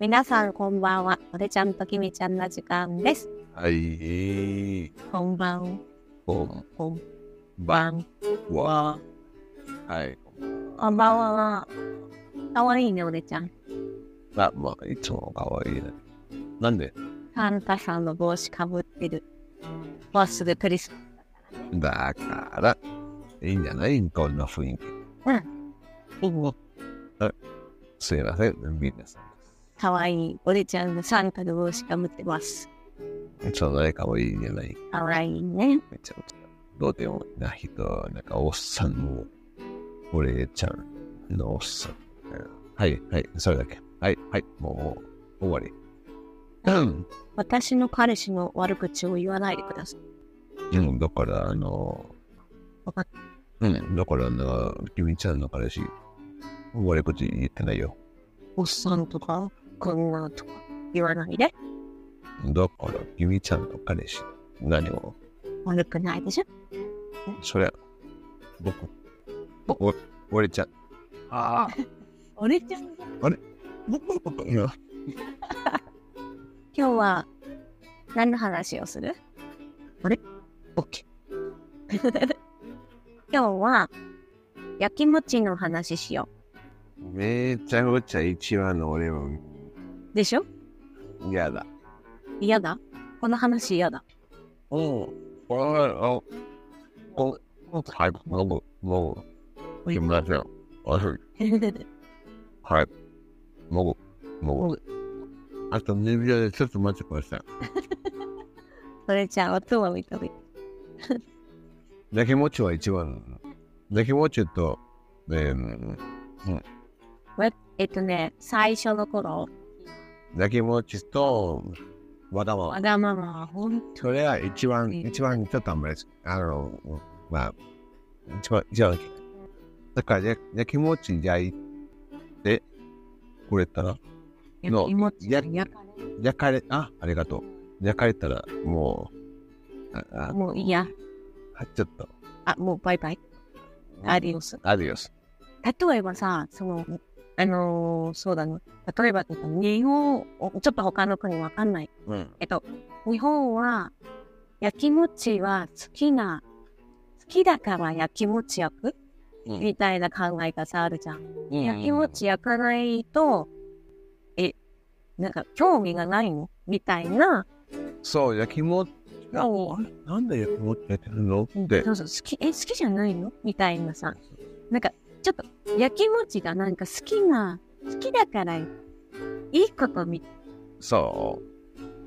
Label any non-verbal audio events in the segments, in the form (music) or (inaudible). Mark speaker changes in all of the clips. Speaker 1: 皆さんこんばんは。おでちゃんときみちゃんの時間です。
Speaker 2: はい。
Speaker 1: こんばん、
Speaker 2: こん
Speaker 1: こん
Speaker 2: ばん
Speaker 1: ん
Speaker 2: は。
Speaker 1: は。
Speaker 2: はい。
Speaker 1: こんばんは。かわいいね、おでちゃん。
Speaker 2: まあまあ、いつも可愛いね。なんで
Speaker 1: サンタさんの帽子かぶってる。もうすぐクリス
Speaker 2: だから、いいんじゃないこんな雰囲気。
Speaker 1: マス。
Speaker 2: すいません、皆さ
Speaker 1: かわいい。おでちゃんのサンタの帽子かぶってます。
Speaker 2: ん。ちょうどい可愛いんじゃない
Speaker 1: かわいいね。
Speaker 2: めちゃくちゃ。どうでもいいな人、なんかおっさんの、お姉ちゃんのおっさん。はい、はい、それだけ。はい、はい、もう終わり。うん。
Speaker 1: 私の彼氏の悪口を言わないでください。
Speaker 2: うん、だから、あの、
Speaker 1: わかっ
Speaker 2: うん、だから、あの、君ちゃんの彼氏、悪口言ってないよ。
Speaker 1: おっさんとか、こんなとか言わないで。
Speaker 2: だから、君ちゃんの彼氏、何を、
Speaker 1: 悪くないでしょ。
Speaker 2: それ、僕、お、俺ちゃん。ああ、
Speaker 1: おでちゃんが
Speaker 2: 僕、僕、今、
Speaker 1: 今日は何の話をする
Speaker 2: 僕、
Speaker 1: (laughs) 今日は焼きもちの話しよ
Speaker 2: めちゃくちゃ一番の俺も
Speaker 1: う。でしょ
Speaker 2: 嫌だ。
Speaker 1: 嫌だこの話嫌だ。 (laughs)
Speaker 2: うん。これは、こはい、もう、もう、いません。はい、はい。もう、もう。あと2秒でちょっと待ってください。
Speaker 1: それじゃあおつまみ食べ。
Speaker 2: 焼きもちは一番。焼きもちと、えー、
Speaker 1: えっとね、最初の頃、
Speaker 2: 焼きもちと、わだ
Speaker 1: わ
Speaker 2: ま。
Speaker 1: がままは本
Speaker 2: それは一番、一番ちょっとあんまり、あの、まあ、一番、一番。だから、や焼きもち焼いてくれたら、
Speaker 1: 当に焼きもち
Speaker 2: や
Speaker 1: 焼かれ
Speaker 2: 焼かれ、あ、ありがとう。焼かれたら、もう、あ、あ
Speaker 1: もういいや。
Speaker 2: あちょっと、
Speaker 1: あ、もうバイバイ。アディオス。
Speaker 2: アディオス。
Speaker 1: 例えばさ、その、あのーそうだね。例えば、日本、おちょっと他の国わかんない。
Speaker 2: うん。
Speaker 1: えっと、日本は、焼きもちは好きな、好きだから焼きもち焼く
Speaker 2: うん
Speaker 1: みたいな考え方あるじゃん。
Speaker 2: 焼
Speaker 1: 焼きもち焼かないと、え、なんか興味がないのみたいな。
Speaker 2: そう、焼きもちが、
Speaker 1: そう
Speaker 2: あれなんで焼きもちやってるのって
Speaker 1: そ、うそう、好き、え、好きじゃないのみたいなさ。なんか、ちょっと、焼きもちがなんか好きな、好きだから、いいことみ、
Speaker 2: そ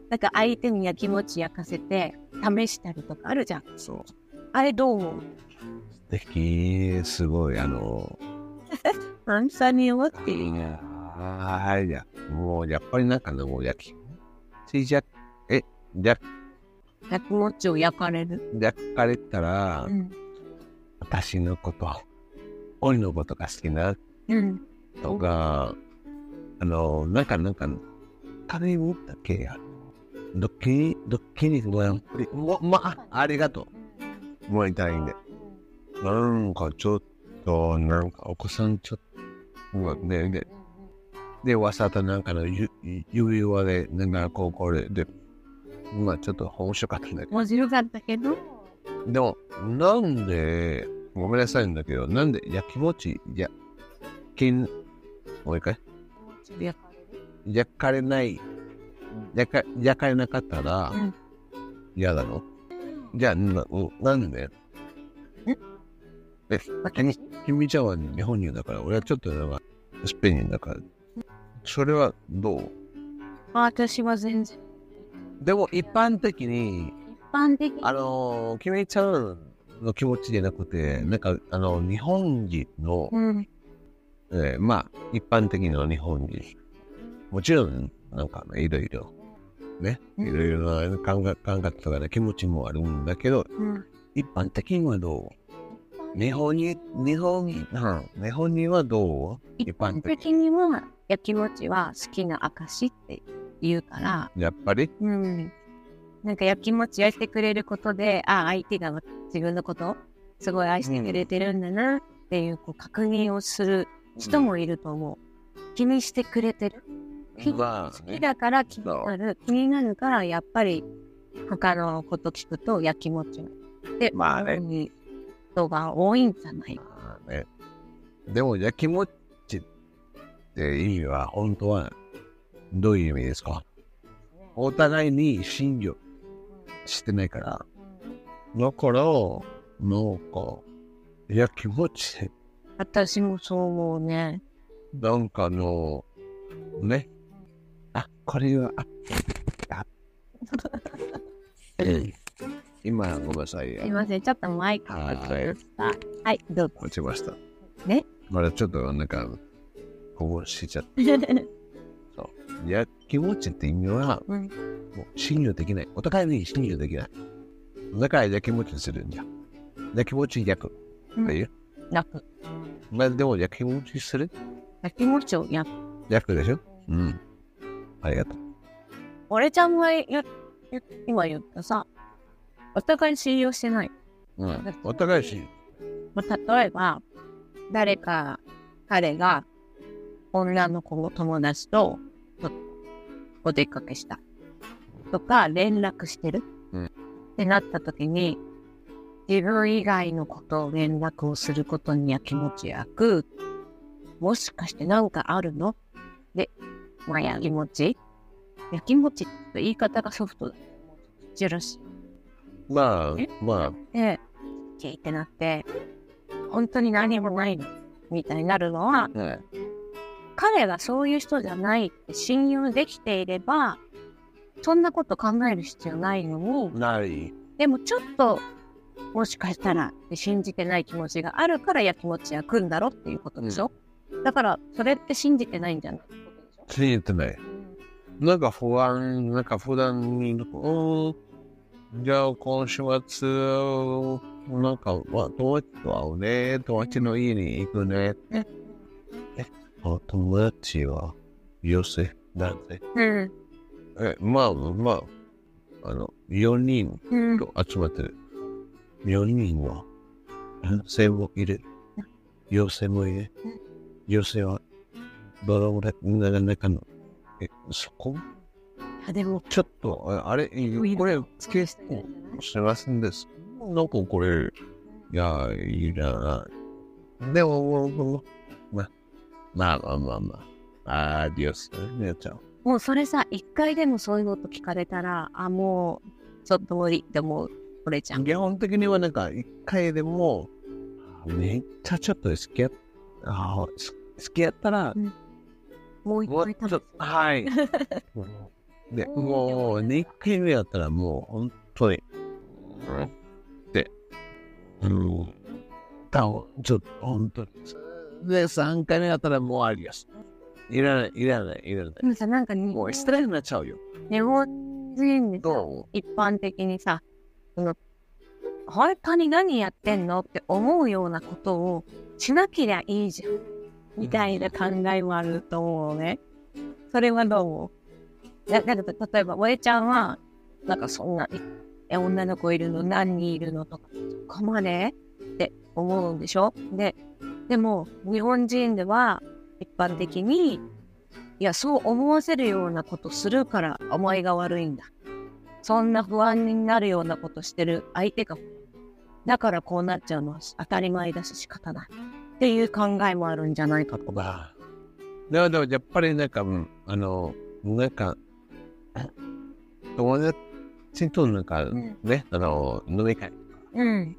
Speaker 1: なんか相手に焼きもち焼かせて、試したりとかあるじゃん。
Speaker 2: う、そう。
Speaker 1: あれどう思う
Speaker 2: 素敵、すごい、あの、
Speaker 1: アンサニーはっていう。
Speaker 2: はい、いや、もう、やっぱりなんかね、もう焼きもちじゃ、え、じゃ、
Speaker 1: 焼きもちを焼かれる。
Speaker 2: 焼かれたら、
Speaker 1: うん。
Speaker 2: 私のこと、俺のことが好きな
Speaker 1: うん。
Speaker 2: とか、あの、なんか、なんか、カレーをだけやる。ドッキリ、ドッキリ、もう、もうまあ、ありがとう。もう痛いんで。なんか、ちょっと、なんか、お子さん、ちょっと、うわね、で、で、わざとなんかのゆゆ指輪で、なんか、こう、これで、まあ、ちょっと面白かったんだけ
Speaker 1: 面白かったけど、
Speaker 2: ど。でも、なんで、ごめんなさいんだけど、なんで、焼きもち、や、きん、もう一回。
Speaker 1: 焼かれる。
Speaker 2: 焼かれない焼か焼かれなかったら
Speaker 1: うん
Speaker 2: 嫌だの、じゃあななんでえ君君ちゃんは日本人だから俺はちょっとなんかスペイン人だからそれはどう
Speaker 1: 私は全然
Speaker 2: でも一般的に
Speaker 1: 一般的
Speaker 2: あのー君ちゃんの気持ちじゃなくてなんかあの日本人の、
Speaker 1: うん
Speaker 2: えーまあ一般的な日本人もちろんなんかいろいろね
Speaker 1: う
Speaker 2: い
Speaker 1: ん
Speaker 2: ろいろな考え考え方とかね気持ちもあるんだけど
Speaker 1: うん
Speaker 2: 一般的にはどう日本に日本に、うん、日本にはどう
Speaker 1: 一
Speaker 2: 一
Speaker 1: 般
Speaker 2: 般
Speaker 1: 的
Speaker 2: 的
Speaker 1: には焼きもちは好きな証って言うから、
Speaker 2: やっぱり
Speaker 1: うん、なんか焼きもち焼いてくれることであ相手が自分のことをすごい愛してくれてるんだなっていうこう確認をする人もいると思う、気にしてくれてるき
Speaker 2: まあ
Speaker 1: 好
Speaker 2: ね
Speaker 1: きだから気になる。気になるから、やっぱり、他のこと聞くと、やきもちで、
Speaker 2: まあね
Speaker 1: ね。人が多いんじゃない
Speaker 2: まあねでも、やきもっちって意味は、本当は、どういう意味ですかお互いに信用してないから。だから、なんか、やきもちって、
Speaker 1: 私もそう思うね。
Speaker 2: なんかの、ね。あ、これは、あ、 (laughs) あ、うん今、ごめんなさい。
Speaker 1: すいません、ちょっとマイクが落ちました。はい、ど
Speaker 2: (laughs)
Speaker 1: うぞ。
Speaker 2: 落ちました。
Speaker 1: ね。
Speaker 2: まだちょっと、なんか、こぼしちゃっ
Speaker 1: う
Speaker 2: た。やきもちって意味は、
Speaker 1: ん
Speaker 2: もう信用できない。お互いに信用できない。だから、やきもちにするんじゃ。やきもち焼く。っていう。
Speaker 1: 焼く。
Speaker 2: まあ、でも、やきもちする
Speaker 1: やきもちを焼く。
Speaker 2: 焼くでしょうん。ありがとう。
Speaker 1: 俺ちゃんがやや今言ったさ、お互い信用してない。
Speaker 2: うん。お互い信
Speaker 1: まあ、例えば、誰か、彼が、女の子の友達と、とお出かけした。とか、連絡してる。
Speaker 2: うん
Speaker 1: ってなった時に、自分以外のことを連絡をすることには気持ち焼く。もしかしてなんかあるので、まあ、やきもちやきもちって言い方がソフトだ。ジェラシー
Speaker 2: 用。ま
Speaker 1: え
Speaker 2: あ、まあ、
Speaker 1: で、キーってなって、本当に何もないのみたいになるのは、
Speaker 2: はい。
Speaker 1: 彼がそういう人じゃないって信用できていれば、そんなこと考える必要ないのに、
Speaker 2: ない。
Speaker 1: でもちょっと、もしかしたらって信じてない気持ちがあるから、やきもち焼くんだろっていうことでしょ、だから、それって信じてないんじゃない
Speaker 2: 信じてない。なんか不安、なんか普段に、おーじゃあ今週末、なんか、まあ、友達と会うね、友達の家に行くね。え、お友達は、よせ、なんで。
Speaker 1: うん。
Speaker 2: え、まあまあ、あの、4人
Speaker 1: うん。
Speaker 2: と集まってる。4人は、男性もいる。妖精もいる
Speaker 1: うん。
Speaker 2: 妖精は、バラバラ、なかなかの、え、そこ
Speaker 1: あでも、
Speaker 2: ちょっと、ああれ、
Speaker 1: いる
Speaker 2: これ、つけすませんです。なんかこれ、いや、いいな。でも、もうもうまあ、まあまあまあまあ。あーディオス、ねちゃん。
Speaker 1: もうそれさ、一回でもそういうこと聞かれたら、あ、もう、ちょっと無理って思う、俺ちゃん。
Speaker 2: 基本的にはなんか、一回でも、めっちゃちょっと付き合っあーす付き合ったら、
Speaker 1: もう一
Speaker 2: もう
Speaker 1: 回
Speaker 2: ちょっと、
Speaker 1: (laughs)
Speaker 2: はい。で、もう、2回目やったらもう、本当に、うんで、うん、たお、ちょっと、本当に。で、3回目やったらもうありです。いらない、いらない、いらない。
Speaker 1: でもさ、なんかに、
Speaker 2: もう失礼になっちゃうよ。
Speaker 1: 日本人でさ、
Speaker 2: ど
Speaker 1: 一般的にさ、その、本当に何やってんのって思うようなことをしなきゃいいじゃん。みたいな考えもあると思うね。それはどう思うななんか例えば、おえちゃんは、なんかそんな、え、女の子いるの何人いるのとか、そこまでって思うんでしょで、でも、日本人では一般的に、いや、そう思わせるようなことするから思いが悪いんだ。そんな不安になるようなことしてる相手が、だからこうなっちゃうのは当たり前だし仕方ない。っていう考えもあるんじゃないか
Speaker 2: う
Speaker 1: と。
Speaker 2: まあ。でも、でも、やっぱりなんか、うんあの、なんか、友達となんか、
Speaker 1: ん
Speaker 2: ね、あの、飲み会。
Speaker 1: うん。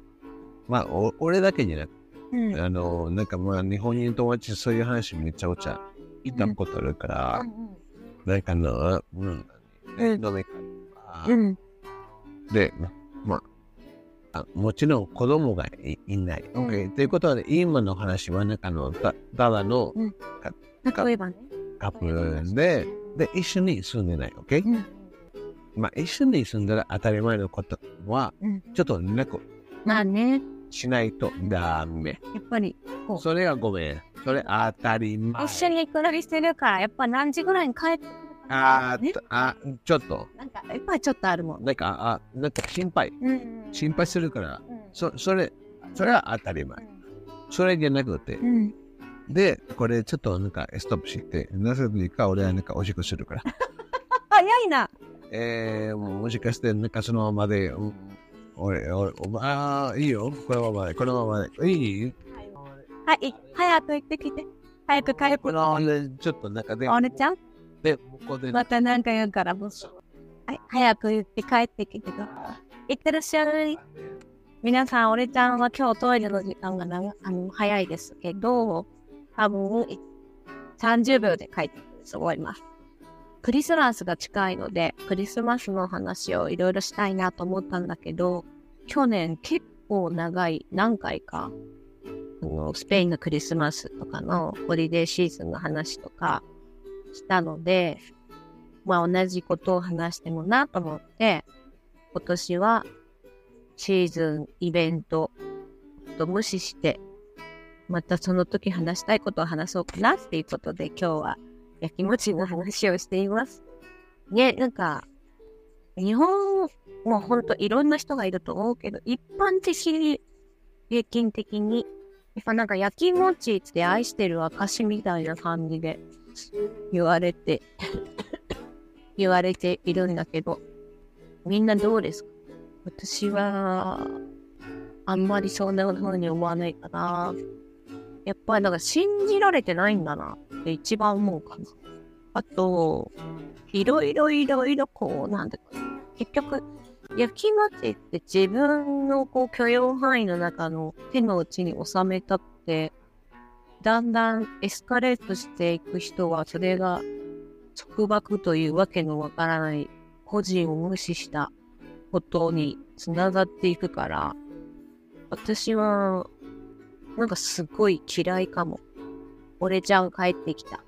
Speaker 2: まあ、お俺だけじゃなくて
Speaker 1: うん。
Speaker 2: あの、なんかまあ、日本人友達そういう話めちゃくちゃいたことあるから、なんかの、うん、
Speaker 1: うん
Speaker 2: 飲み会
Speaker 1: うん。
Speaker 2: で、まあ、あもちろん子供がいいない。
Speaker 1: うん
Speaker 2: OK ということで、今の話はなんかの、たただの
Speaker 1: 例えばね。
Speaker 2: カップルで、で、一緒に住んでない。OK?
Speaker 1: うん。
Speaker 2: まあ、一緒に住んだら当たり前のことは
Speaker 1: うん、
Speaker 2: ちょっと連絡
Speaker 1: まあね、
Speaker 2: しないとダメ。
Speaker 1: やっぱり、こう
Speaker 2: それはごめん。それ当たり前。
Speaker 1: 一緒に行くなりしてるから、やっぱ何時ぐらいに帰ってくる
Speaker 2: あ
Speaker 1: ね
Speaker 2: ー、とあ、ちょっと。
Speaker 1: なんか、やっぱりちょっとあるもん。
Speaker 2: なんか、あ、なんか心配。
Speaker 1: うん
Speaker 2: 心配するから、
Speaker 1: うん
Speaker 2: そ、それ、それは当たり前。それじゃなくて
Speaker 1: う、ん。
Speaker 2: で、これちょっとなんかストップして、なぜにか俺はなんかおしっこするから。 (laughs)
Speaker 1: 早いな。
Speaker 2: えー、もしかしてなんかそのままで、うん俺、俺、お前、あーいいよ、このままで、このままで、いい
Speaker 1: はい、早く行ってきて。早く帰
Speaker 2: こ
Speaker 1: る。
Speaker 2: の、俺ちょっとなんかで、
Speaker 1: 俺ちゃん、
Speaker 2: で、ここで、
Speaker 1: またなんか言うから、もう。はい、早く行って帰ってきてください。行ってらっしゃい。皆さん、俺ちゃんは今日トイレの時間が長あの早いですけど、多分い30秒で帰って終わります。クリスマスが近いので、クリスマスの話をいろいろしたいなと思ったんだけど、去年結構長い、何回か、あのスペインのクリスマスとかのホリデーシーズンの話とかしたので、まあ同じことを話してもなと思って、今年はシーズン、イベントと無視して、またその時話したいことを話そうかなっていうことで今日はやきもちの話をしています。ね、なんか、日本もほんといろんな人がいると思うけど、一般的に、平均的に、やっぱなんか焼きもちって愛してる証みたいな感じで言われて、 (laughs) 言われているんだけど、みんなどうですか私は、あんまりそんな風に思わないかな。やっぱりなんか信じられてないんだなって一番思うかな。あと、いろいろいろいろこう、なんだか、結局、焼きもちって自分のこう許容範囲の中の手の内に収めたって、だんだんエスカレートしていく人は、それが束縛というわけのわからない個人を無視したことにつながっていくから、私は、なんかすごい嫌いかも。俺ちゃん帰ってきた。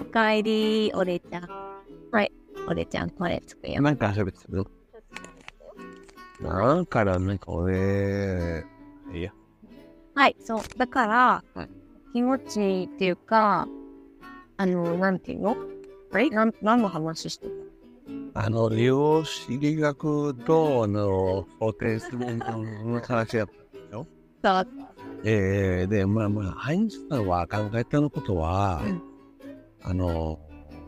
Speaker 1: おかえり、俺ちゃん。はい、俺ちゃん、これ作ります
Speaker 2: なんか喋ってたのなんからなんか俺、いや、
Speaker 1: はい、そう。だから、
Speaker 2: はい
Speaker 1: 気持ちいいっていうか、あの、なんていうのえなん何の話してた
Speaker 2: あの、量子力学と、あの、お手質問の話やったでしょ
Speaker 1: さ
Speaker 2: えー、で、まあまあ、アインシュタインは考えたのことは、
Speaker 1: うん
Speaker 2: あの、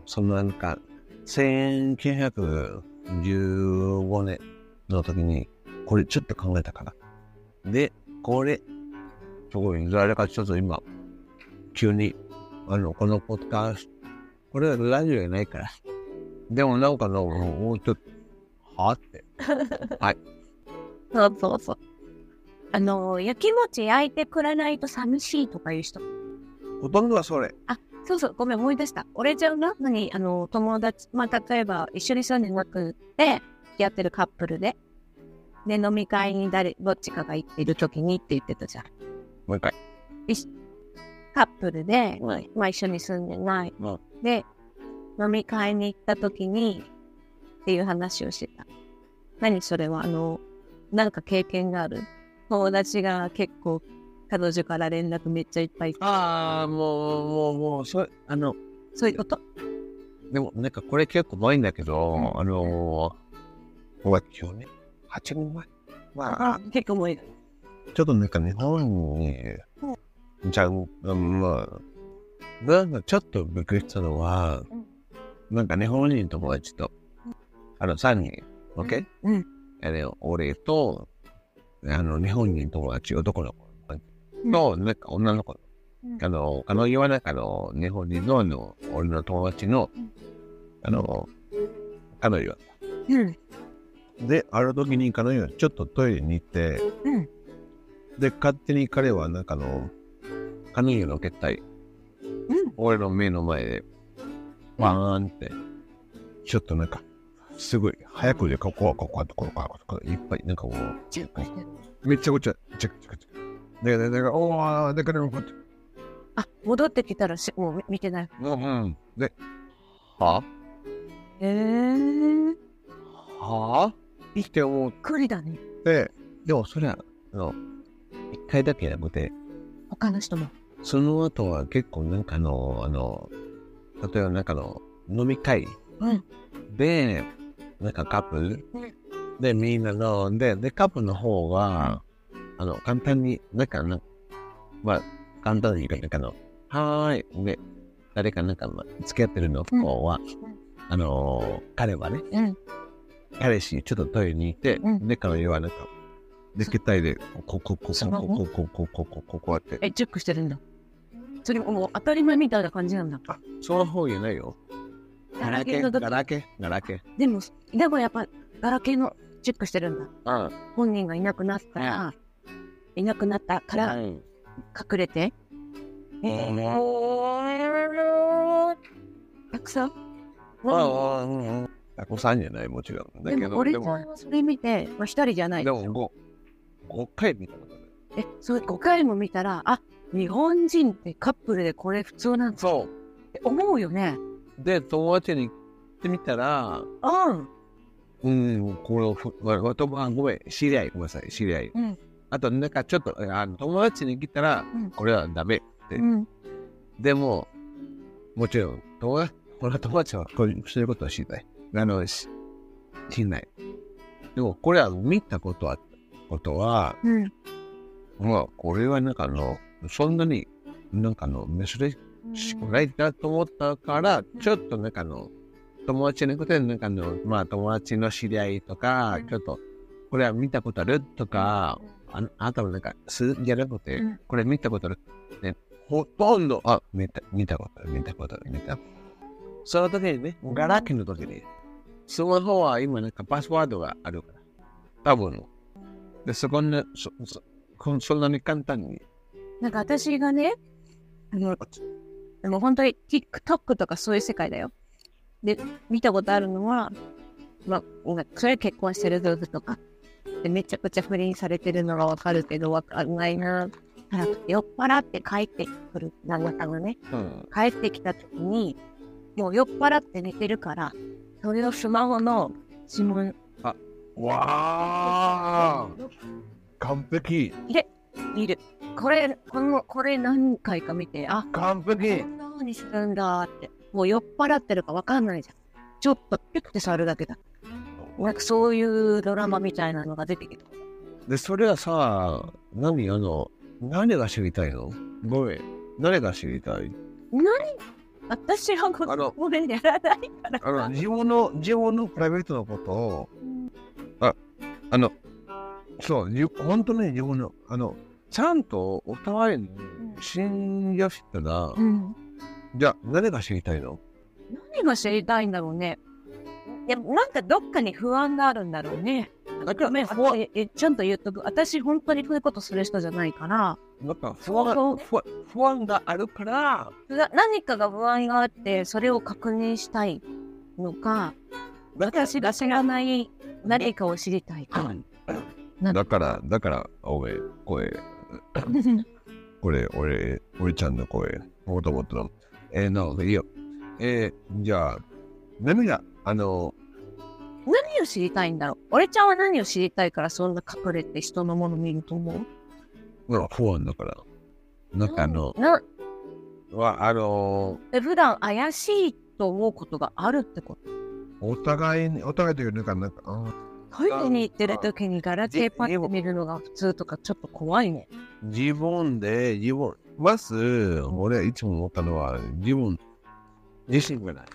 Speaker 2: そのなんか、1915年の時に、これちょっと考えたかな。で、これ、すごい、誰かちょっと今、急に、あの、このポッドキャスト、これはラジオやないから。でもなんかの、もうちょっと、はあって。
Speaker 1: そうそうそう。あの、焼きもち焼いてくれないと寂しいとかいう人。
Speaker 2: ほとんどはそれ。
Speaker 1: そうそう、ごめん、思い出した。俺ちゃんが、何、あの、友達、まあ、例えば、一緒に住んでなくて、付き合ってるカップルで、で、飲み会に誰、どっちかが行ってる時にって言ってたじゃん。
Speaker 2: もう一回。
Speaker 1: カップルで、まあ、一緒に住んでない、
Speaker 2: うん
Speaker 1: で飲み会に行った時にっていう話をしてた何それはあのなんか経験がある友達が結構彼女から連絡めっちゃいっぱい来て
Speaker 2: ああ、もう、もう、もう、それ、あの、
Speaker 1: そういうこと
Speaker 2: でも、なんかこれ結構前んだけど、
Speaker 1: うん
Speaker 2: あのー、わ、去年 ?8 年前まあ、
Speaker 1: 結構もい
Speaker 2: ちょっとなんか日本に、じゃあ、うん、まあ、なんかちょっとびっくりしたのは、なんか日本人友達と、あの、3人、OK?
Speaker 1: うん
Speaker 2: あの、俺と、あの、日本人友達、男の子
Speaker 1: うん
Speaker 2: と、なんか女の子
Speaker 1: うん
Speaker 2: あの、彼女はなんかあの、日本人のあの、俺の友達の
Speaker 1: うん、
Speaker 2: あの、彼女は。
Speaker 1: うん
Speaker 2: で、ある時に彼女はちょっとトイレに行って、
Speaker 1: うん
Speaker 2: で、勝手に彼はなんかあの、彼女の携帯、
Speaker 1: うん
Speaker 2: 俺の目の前で、バーンって、ちょっとなんか、すごい、早くで、ここは、ここは、ここは、ここは、いっぱい、なんかもう、めっちゃごちゃ、チクチクチク。で、で、で、おー、で、彼もこうやって、
Speaker 1: あ戻ってきたらしもう見てない
Speaker 2: うんうん。で、は
Speaker 1: へえー、
Speaker 2: はぁって思っ
Speaker 1: くりだね
Speaker 2: て、でもそれは、あの、一回だけやなくて、
Speaker 1: 他の人も
Speaker 2: その後は結構なんかあの、あの、例えばなんかあの、飲み会
Speaker 1: うん
Speaker 2: で、なんかカップル
Speaker 1: うん
Speaker 2: でみんな飲んで、で、カップルの方は、あの、簡単に、なんかな、まあ、簡単に言うか、なんかあの、はーい。で、誰かなんか、まあ付き合ってるの子は、あのー彼はね、
Speaker 1: うん
Speaker 2: 彼氏、ちょっとトイレに行って、
Speaker 1: うん
Speaker 2: で、彼女はなんか、で、携帯で、ここ、ここ、こ
Speaker 1: スマホ
Speaker 2: こ、ここ、ここ、ここ、こうやって。
Speaker 1: え、チェックしてるんだ。それもう当たり前みたいな感じなんだ。
Speaker 2: あ、その方じゃないよ。ガラケ
Speaker 1: の
Speaker 2: ー、
Speaker 1: 時
Speaker 2: ガラケー、ガラケー。
Speaker 1: でも、でもやっぱ、ガラケーのチェックしてるんだ。
Speaker 2: あ
Speaker 1: 本人がいなくなったら、いなくなったか
Speaker 2: あ、
Speaker 1: ら
Speaker 2: うん
Speaker 1: 隠れて。え
Speaker 2: うん
Speaker 1: ー、たくさん
Speaker 2: ああ、うんうん。タコさんじゃない、もちろん。だ
Speaker 1: で
Speaker 2: け
Speaker 1: も
Speaker 2: ど、
Speaker 1: 俺
Speaker 2: で
Speaker 1: ちゃん
Speaker 2: も、
Speaker 1: はそれ見て、まあ、一人じゃない
Speaker 2: でも5、5回見たことある。
Speaker 1: えそう5回も見たらあ日本人ってカップルでこれ普通なんだっ
Speaker 2: そ
Speaker 1: て思うよね
Speaker 2: う。で、友達に行ってみたら、
Speaker 1: うん
Speaker 2: うん、これをふ、わわとあごめん、知り合い、ごめんなさい、知り合い。
Speaker 1: うん
Speaker 2: あと、なんかちょっと、えあの友達に来た
Speaker 1: う
Speaker 2: ら、
Speaker 1: ん
Speaker 2: これはダメ。で
Speaker 1: うん
Speaker 2: でも、もちろん、友達、俺は友達はこういうことは知らない。あの、し知らない。でも、これは見たことは、ことは、
Speaker 1: うん
Speaker 2: まあ、これはなんかあの、そんなに、なんかあの、珍しくないなと思ったから、ちょっとなんかあの、友達じゃなくて、なんかあの、まあ、友達の知り合いとか
Speaker 1: うん、
Speaker 2: ちょっと、これは見たことあるとか、ああなたもなんか、すじゃなくて
Speaker 1: うん、
Speaker 2: これ見たことある。ね、ほとんど、あ、見た、見たことある、見たことある、見た。その時にね、ガラケーの時に、スマホは今なんかパスワードがあるから、多分。で、そこに、そ、そ、こんそんなに簡単に。
Speaker 1: なんか私がねあのでも本当に TikTok とかそういう世界だよで見たことあるのはまあなんかそれは結婚してる夫婦とかでめちゃくちゃ不倫されてるのがわかるけどわかんないなあ酔っ払って帰ってくる旦那さんがね
Speaker 2: うん。
Speaker 1: 帰ってきた時にもう酔っ払って寝てるからそれをスマホの指紋
Speaker 2: わー完璧
Speaker 1: 見るこれこのこれ何回か見てあ
Speaker 2: 完
Speaker 1: こんな風にするんだってもう酔っ払ってるか分かんないじゃんちょっとピュッて触るだけだなんかそういうドラマみたいなのが出てきた
Speaker 2: で、それはさ、何あの、何が知りたいのごめん。何が知りたい
Speaker 1: 私はこ
Speaker 2: あの
Speaker 1: これやらないから
Speaker 2: あの、自分の、自分のプライベートのことを、あ、あの、そう、じ本当に自分の、あの、ちゃんとお互いに信じしたら、
Speaker 1: うん
Speaker 2: じゃあ、何が知りたいの
Speaker 1: 何が知りたいんだろうねでもなんかどっかに不安があるんだろうね
Speaker 2: だから
Speaker 1: ごめん
Speaker 2: 不安
Speaker 1: ええちゃんと言っとく私本当にそういうことする人じゃないから
Speaker 2: なんか不
Speaker 1: そうそう
Speaker 2: 安不安不安があるから、
Speaker 1: な何かが不安があってそれを確認したいのか
Speaker 2: だから
Speaker 1: 私が知らない何かを知りたいか、
Speaker 2: だから、だから、俺、声、これ、俺、俺ちゃんの声、もともとの。えー、なのでいいよ。えー、じゃあ、何が、あの、
Speaker 1: 何を知りたいんだろう俺ちゃんは何を知りたいからそんな隠れて人のもの見ると思
Speaker 2: ほら不安だから、
Speaker 1: う
Speaker 2: なんかあの、
Speaker 1: な
Speaker 2: は、あの
Speaker 1: え普段怪しいと思うことがあるってこと
Speaker 2: お互いに、お互いというのか、なんか、うん
Speaker 1: トイレに行ってる時にガラケーパッて見るのが普通とかちょっと怖いね
Speaker 2: 自分で、自分、まず、俺いつも思ったのは、自分、自身がない。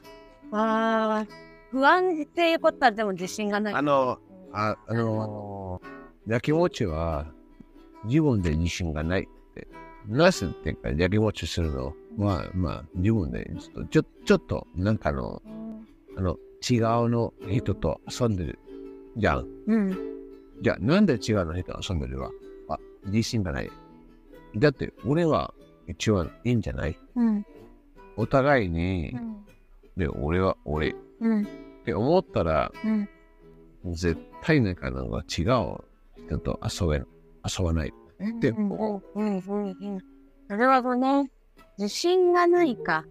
Speaker 1: あー不安っていうことはでも自信がない
Speaker 2: あの、あ、あのー、やきもちは、自分で自信がないって。なぜっていうか、やきもちするのまあまあ、自分でちょっと、ちょちょっと、なんかあの、あの、違うの人と遊んでる。じゃあ、
Speaker 1: うん
Speaker 2: じゃあ、なんで違うの人と遊んでるわ。あ、自信がない。だって、俺は一番いいんじゃない
Speaker 1: うん
Speaker 2: お互いに
Speaker 1: う、ん
Speaker 2: で、俺は俺っ
Speaker 1: うん
Speaker 2: て思ったら、
Speaker 1: うん
Speaker 2: 絶対なんかなんか違う人と遊べ、遊ばない。
Speaker 1: でも、うんうんうん。それはね、自信がないか。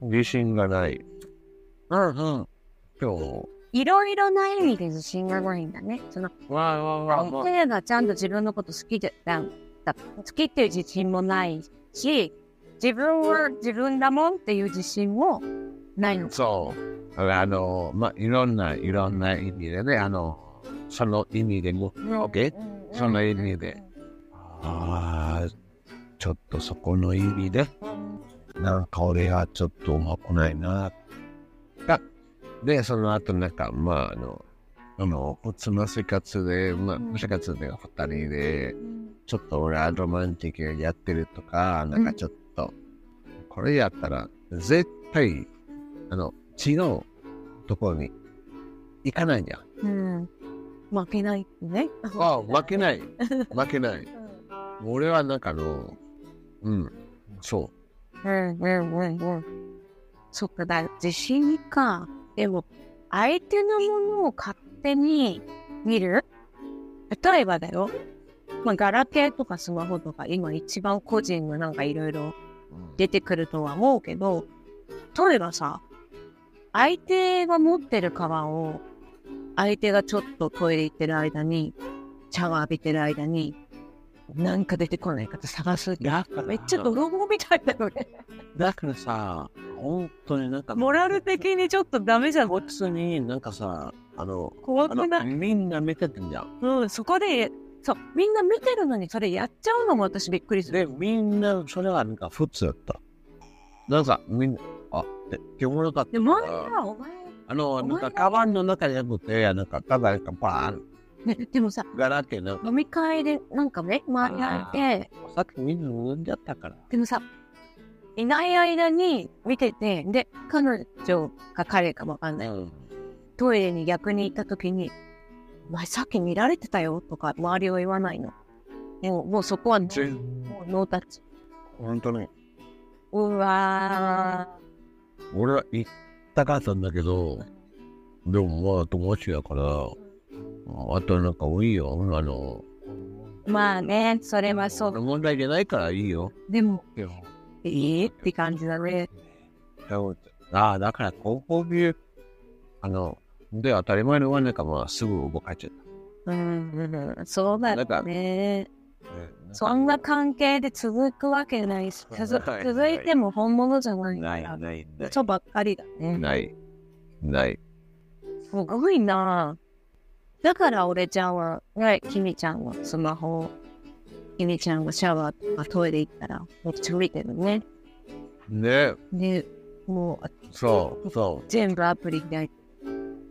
Speaker 2: 自信がない。うんうん。今日。
Speaker 1: いろいろな意味で自信がないんだね。その、
Speaker 2: わあわあ
Speaker 1: 相手がちゃんと自分のこと好きでだだ好きっていう自信もないし、自分は自分だもんっていう自信もないの。
Speaker 2: そう。あの、まあ、いろんな、いろんな意味でね、あの、その意味でも、OK? その意味で。ああ、ちょっとそこの意味で、なんか俺はちょっとうまくないな。が、で、その後なんか、まあ、あの、あの、普通の生活で、ま
Speaker 1: うん
Speaker 2: あ、生活で二人で、
Speaker 1: うん
Speaker 2: ちょっと俺はロマンティックやってるとか、なんかちょっと、これやったら、絶対、あの、違うところに行かないんじゃん。
Speaker 1: うん。負けないね。
Speaker 2: あ、負け (laughs) ない。負けない。俺はなんかあの、うん、そう。
Speaker 1: うんうんうんうん。そっか、だ、自信か。でも、相手のものを勝手に見る例えばだよ。まあ、ガラケーとかスマホとか、今一番個人がなんかいろいろ出てくるとは思うけど、例えばさ、相手が持ってるカバンを、相手がちょっとトイレ行ってる間に、シャワー浴びてる間に、なんか出てこないかって探す。
Speaker 2: だから
Speaker 1: めっちゃ泥棒みたいだよね。
Speaker 2: だからさ、本当になんか、
Speaker 1: モラル的にちょっとダメじゃん。
Speaker 2: ボックスになんかさ、あの、
Speaker 1: 怖
Speaker 2: あ
Speaker 1: く
Speaker 2: の
Speaker 1: ない。
Speaker 2: みんな見ててんじゃん。
Speaker 1: うん、そこで、そう、みんな見てるのにそれやっちゃうのも私びっくりする。
Speaker 2: で、みんな、それはなんか普通だった。なんか、みんな、あ、って、気持ちかった。
Speaker 1: で、周りはお前、
Speaker 2: あ
Speaker 1: 前
Speaker 2: の、なんか、カバンの中じゃなくて、なんか、ただ、なんか、バーン、
Speaker 1: ね、でもさ、
Speaker 2: ガラって、なんか、
Speaker 1: 飲み会でなんかね、周りがいて、
Speaker 2: さっきみんな飲んじゃったから。
Speaker 1: でもさ、いない間に見てて、で、彼女か彼かわかんない。
Speaker 2: うん
Speaker 1: トイレに逆に行った時に、お前さっき見られてたよとか、周りは言わないの。もう、もうそこは、もうノータッチ。
Speaker 2: 本当に。
Speaker 1: うわ
Speaker 2: 俺は行ったかったんだけど、でもまあ友達やから、あとなんか多いよ、あの、
Speaker 1: ー。まあね、それはそう。
Speaker 2: 問題じゃないからいいよ。
Speaker 1: でも、いいって感じだね。
Speaker 2: ああ、だから高校ビあの、で当たり前のはなんかまあすぐ動かっちゃっ
Speaker 1: うん、そうだ
Speaker 2: なんか
Speaker 1: ね。
Speaker 2: た。
Speaker 1: そんな関係で続くわけないし、続
Speaker 2: (laughs) はい
Speaker 1: 続いても本物じゃないか
Speaker 2: ない、
Speaker 1: ら。
Speaker 2: ない、
Speaker 1: 嘘ばっかりだね。
Speaker 2: ない、ない。
Speaker 1: すごいなぁだから俺ちゃんは、ね、きみちゃんはスマホ、きみちゃんがシャワーとかトイレ行ったら、めっちゃ見てるね。
Speaker 2: ね、
Speaker 1: で、もう、
Speaker 2: そう、そ
Speaker 1: 全部アプリ開いて、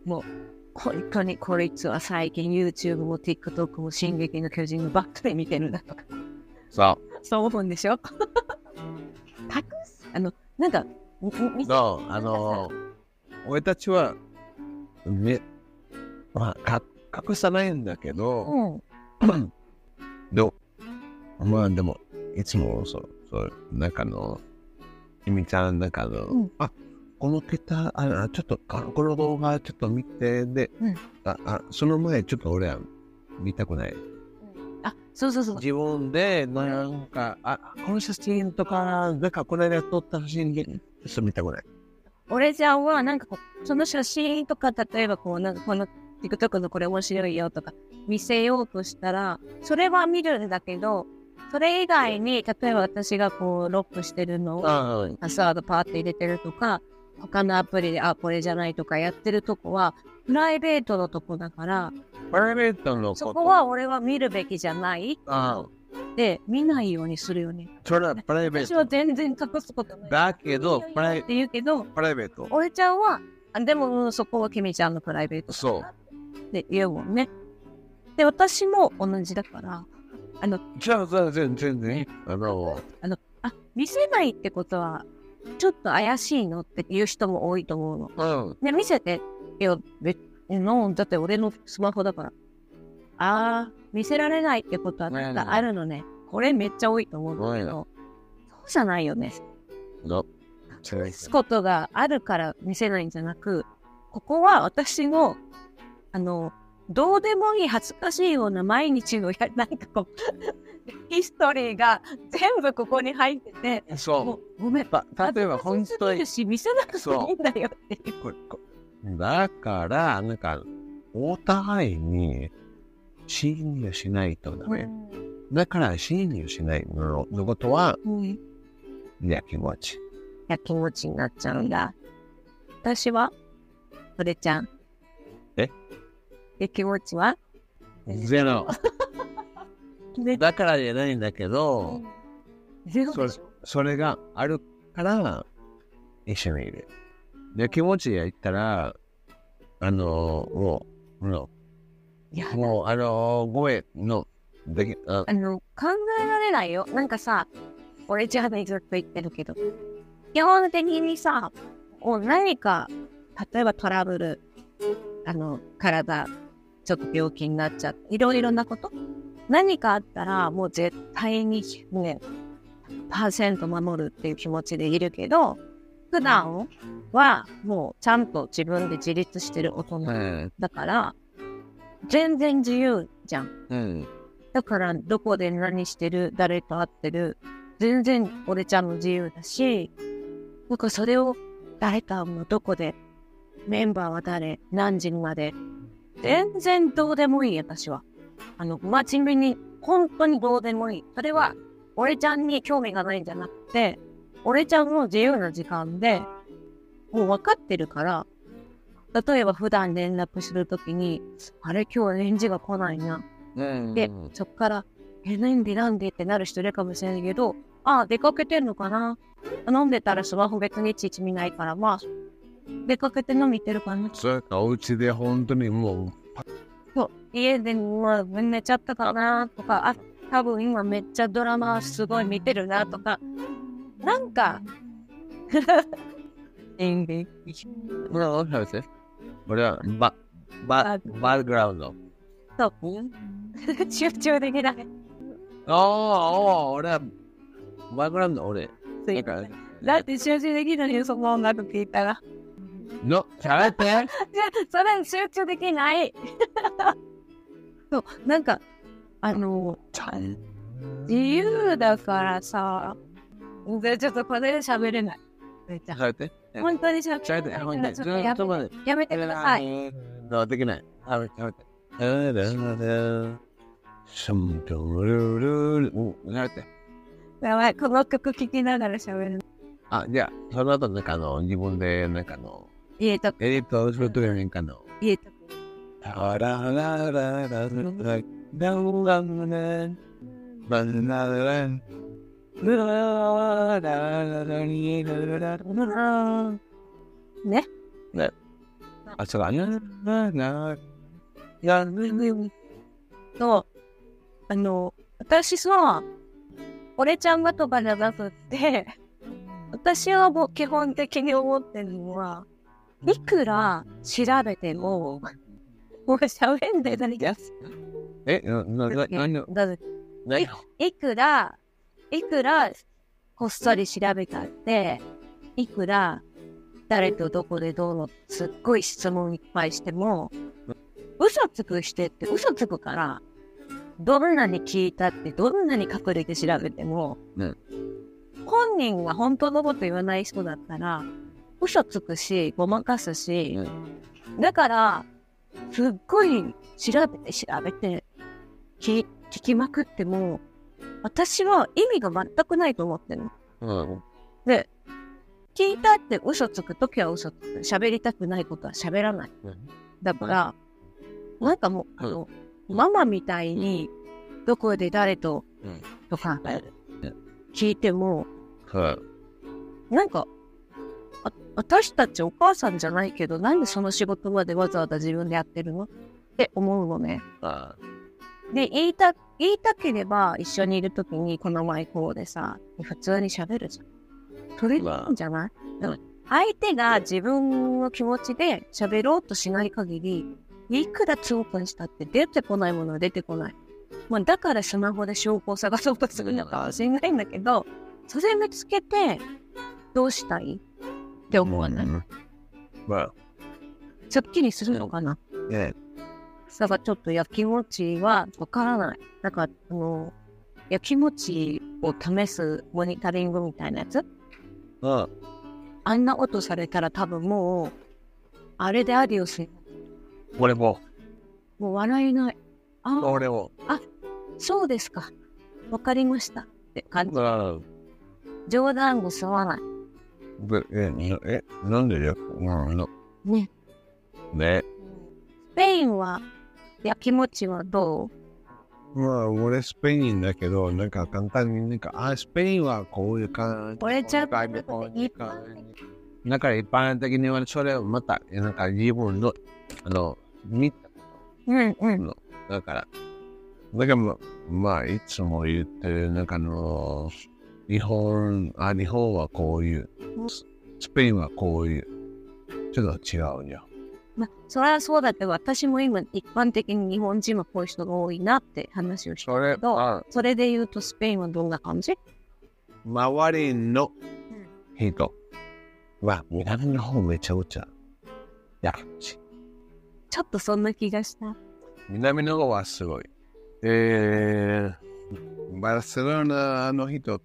Speaker 1: もう、本当にこいつは最近 YouTube も TikTok も進撃の巨人のばっかり見てるなとか、 (laughs)
Speaker 2: う、そ
Speaker 1: そう思うんでしょたくさん、あの、なんか、みみ
Speaker 2: う、そう、あの、俺たちは、ね、まあ、か隠さないんだけど、
Speaker 1: うん、
Speaker 2: どうまあでも、いつもそう、そう、中の、ひみちゃん、中の、
Speaker 1: うん
Speaker 2: あこの桁、あちょっと、あこの動画ちょっと見て、で、
Speaker 1: うん
Speaker 2: ああその前、ちょっと俺は見たくない。
Speaker 1: あ、そうそうそう。
Speaker 2: 自分で、なんか、あこの写真とか、なんか、この間撮った写真で、ちょっと見たくない。
Speaker 1: 俺ちゃんは、なんかこう、その写真とか、例えばこう、なんかこの TikTok のこれ面白いよとか、見せようとしたら、それは見るんだけど、それ以外に、例えば私がこう、ロックしてるのを、
Speaker 2: あ
Speaker 1: パスワードパーって入れてるとか、他のアプリで、あ、これじゃないとかやってるとこは、プライベートのとこだから、
Speaker 2: プライベートのこと。
Speaker 1: そこは俺は見るべきじゃない
Speaker 2: あ
Speaker 1: で、見ないようにするよね。
Speaker 2: それはプライベ
Speaker 1: 私は
Speaker 2: ート。
Speaker 1: 全然隠すことない。
Speaker 2: だけど、プラ
Speaker 1: っ
Speaker 2: イ
Speaker 1: て言うけど、
Speaker 2: プライベート。
Speaker 1: 俺ちゃんは、あでも、うんそこは君ちゃんのプライベート
Speaker 2: そう。
Speaker 1: って言うもんね。で、私も同じだから、
Speaker 2: じゃあ、じゃあ全然ね、あの、
Speaker 1: あ、見せないってことは、ちょっと怪しいのって言う人も多いと思うの。
Speaker 2: うん。
Speaker 1: ね、見せてよ、別の、だって俺のスマホだから。あー、見せられないってことは
Speaker 2: ね
Speaker 1: な
Speaker 2: え
Speaker 1: ん
Speaker 2: ねえ
Speaker 1: かあるのね。これめっちゃ多いと思うんだけど、そうじゃないよね。
Speaker 2: の、それ
Speaker 1: 隠すことがあるから見せないんじゃなく、ここは私の、あの、どうでもいい恥ずかしいような毎日のや、なんかこう、 (laughs) ヒストリーが全部ここに入ってて、も
Speaker 2: そう
Speaker 1: ごめん。
Speaker 2: う。例えば、
Speaker 1: 恥
Speaker 2: 本
Speaker 1: ずかしすぎ
Speaker 2: 当に
Speaker 1: る。し、見せなくていいんだよっていう。
Speaker 2: これこだから、なんか、お互いに侵入しないとダメ。だから、侵入しないののことは、
Speaker 1: うん
Speaker 2: やきもち。
Speaker 1: やきもちになっちゃうんだ。私はそれちゃん。
Speaker 2: え
Speaker 1: やきもちは
Speaker 2: ゼ (laughs) ロ。
Speaker 1: ゼ
Speaker 2: だからじゃないんだけど、
Speaker 1: ゼロ
Speaker 2: それ
Speaker 1: でしょ
Speaker 2: それがあるから、一緒にいる。で、気持ちで言ったら、あの、もう、も
Speaker 1: いや
Speaker 2: う、もうあの、声の、でき、あ
Speaker 1: あの、考えられないよ。なんかさ、俺じゃないずっと言ってるけど、基本的にさ、こう何か、例えばトラブル、あの、体、ちょっと病気になっちゃって、いろいろなこと、何かあったら、もう絶対にね、パーセント守るっていう気持ちでいるけど、普段はもうちゃんと自分で自立してる大
Speaker 2: う
Speaker 1: 人
Speaker 2: ん、
Speaker 1: だから、全然自由じゃん。
Speaker 2: うん、
Speaker 1: だから、どこで何してる、誰と会ってる、全然俺ちゃんも自由だし、なんかそれを誰かもどこで、メンバーは誰、何時まで、全然どうでもいい、私は。あの、真面目に、本当にどうでもいい。それは、俺ちゃんに興味がないんじゃなくて、俺ちゃんの自由な時間で、もう分かってるから、例えば普段連絡するときに、あれ今日返事が来ないな。
Speaker 2: うん。
Speaker 1: で、そっから、え、なんでなんでってなる人いるかもしれないけど、あ出かけてんのかな飲んでたらスマホ別にいちいち見ないから、まあ、出かけて飲み行ってるかな
Speaker 2: それか、お家で本当にもう、
Speaker 1: そう、家でうわ寝ちゃったかなとか、あ、多分今めっちゃドラマすごい見てるなとか、なんか、演劇。
Speaker 2: これは何喋ってこれは、ば、ば、バックグラウンド。
Speaker 1: そう、 (laughs) 集中できない。
Speaker 2: ああ、ああ、俺は、バックグラウンド、俺。なんか、
Speaker 1: だって集中できないよ、その音楽聞いたら。
Speaker 2: の、喋って
Speaker 1: じゃ (laughs) それ集中できない。 (laughs) そう、なんか、あの、自由だからさ、でちょっとこれで喋れない。めっちゃ
Speaker 2: 喋って。
Speaker 1: 本当に喋
Speaker 2: 喋って、
Speaker 1: れ
Speaker 2: ほん
Speaker 1: な
Speaker 2: で、
Speaker 1: い。
Speaker 2: ず
Speaker 1: ちょっとや
Speaker 2: っと
Speaker 1: め
Speaker 2: 待って。
Speaker 1: やめてください。
Speaker 2: い。の、できない。あ、喋って。えー、シャンプルルルうん、喋って。
Speaker 1: やばい、この曲聴きながら喋る。
Speaker 2: あ、じゃあ、その後、なんかあの、自分で、なんかあの、
Speaker 1: 家とか、
Speaker 2: エディットするときなんかあの、
Speaker 1: 家とか。
Speaker 2: あらららららららららバナナラン。
Speaker 1: ね。
Speaker 2: あ、そうだ。
Speaker 1: そう。あの、私さ、俺ちゃんがとかじゃなくって、私はもう基本的に思ってるのは、いくら調べても、もう喋んでないです。
Speaker 2: え、な、な、な、な、な、
Speaker 1: だっていくら、いくら、こっそり調べたって、いくら、誰とどこでどうの、すっごい質問いっぱいしても、嘘つくしてって嘘つくから、どんなに聞いたって、どんなに隠れて調べても、
Speaker 2: うん
Speaker 1: 本人が本当のこと言わない人だったら、嘘つくし、ごまかすし、
Speaker 2: う
Speaker 1: だから、すっごい調べて調べて、聞聞きまくっても、私は意味が全くないと思ってるの。
Speaker 2: うん。
Speaker 1: で、聞いたって嘘つくときは嘘つく。喋りたくないことは喋らない。だから、なんかもう、あの、
Speaker 2: うん
Speaker 1: ママみたいに、どこで誰と
Speaker 2: うん、
Speaker 1: とか
Speaker 2: ん、
Speaker 1: 聞いても、
Speaker 2: はい。
Speaker 1: なんか、あ私たちお母さんじゃないけど、なんでその仕事までわざわざ自分でやってるのって思うのね。
Speaker 2: あ
Speaker 1: で、言いた、言いたければ一緒にいるときにこの前こうでさ、普通に喋るじゃん。それでいいんじゃない、でも相手が自分の気持ちで喋ろうとしない限り、いくら強くしたって出てこないものは出てこない。まあ、だからスマホで証拠を探そうとするのかもしれないんだけど、それ見つけて、どうしたいって思わない。
Speaker 2: まあ、
Speaker 1: すっきりするのかな
Speaker 2: ね、
Speaker 1: だからちょっとやきもちはわからない。なんか、あの、やきもちを試すモニタリングみたいなやつ
Speaker 2: あ、
Speaker 1: あんな音されたら多分もう、あれでアディオス。
Speaker 2: 俺も、
Speaker 1: もう笑えない。あ、
Speaker 2: 俺も、
Speaker 1: そうですか。わかりました。って感じ。
Speaker 2: うん。
Speaker 1: 冗談を吸わない。
Speaker 2: え、え、なんでよ、うん、
Speaker 1: ね。
Speaker 2: ね。
Speaker 1: スペインは、やきもちはどう
Speaker 2: まあ、俺スペインだけど、なんか簡単になんか、あ、スペインはこういう感じ。
Speaker 1: これちょっと
Speaker 2: こういう感じこういう感じだから一般的にはそれをまた、なんか自分の、あの、見た
Speaker 1: うんうん。
Speaker 2: の。だから、だからまあ、まあ、いつも言ってる、なんかあの、日本、あ、日本はこういう、ススペインはこういう、ちょっと違うじゃん。
Speaker 1: まあ、それはそうだけど、私も今、一般的に日本人はこういう人が多いなって話をして
Speaker 2: それ
Speaker 1: けど
Speaker 2: あ
Speaker 1: それで言うと、スペインはどんな感じ
Speaker 2: 周りの人は南の方めちゃくちゃやるし
Speaker 1: ちょっとそんな気がした。
Speaker 2: 南の方はすごい。えー、バルセロナの人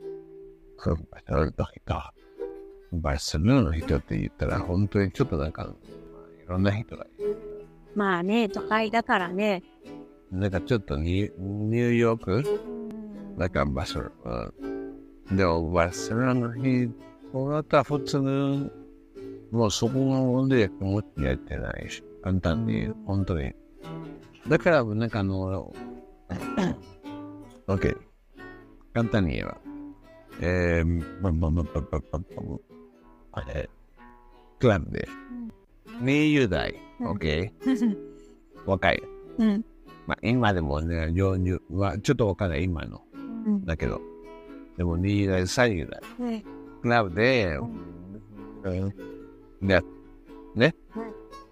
Speaker 2: そうバルセロナの人バルセロナの人って言ったら本当にちょっとなんか、まあいろんな人がいる
Speaker 1: まあね、都会だからね。
Speaker 2: なんかちょっとニュニューヨークなんかバス、うん、でもバスラの日、この後は普通の、もうそこので持ってやってないし、簡単に、本当に。だから、なんかあの、OK。簡単に言えば。えー、まあまあまあまあまあまあ、あれ、クラブで。20代、
Speaker 1: うん
Speaker 2: OK。若 (laughs) い。
Speaker 1: うん。
Speaker 2: まあ今でもね、40、まあちょっとわかんない、今の。
Speaker 1: うん
Speaker 2: だけど、でも2代、3代、
Speaker 1: ね
Speaker 2: クラブで、で、ね、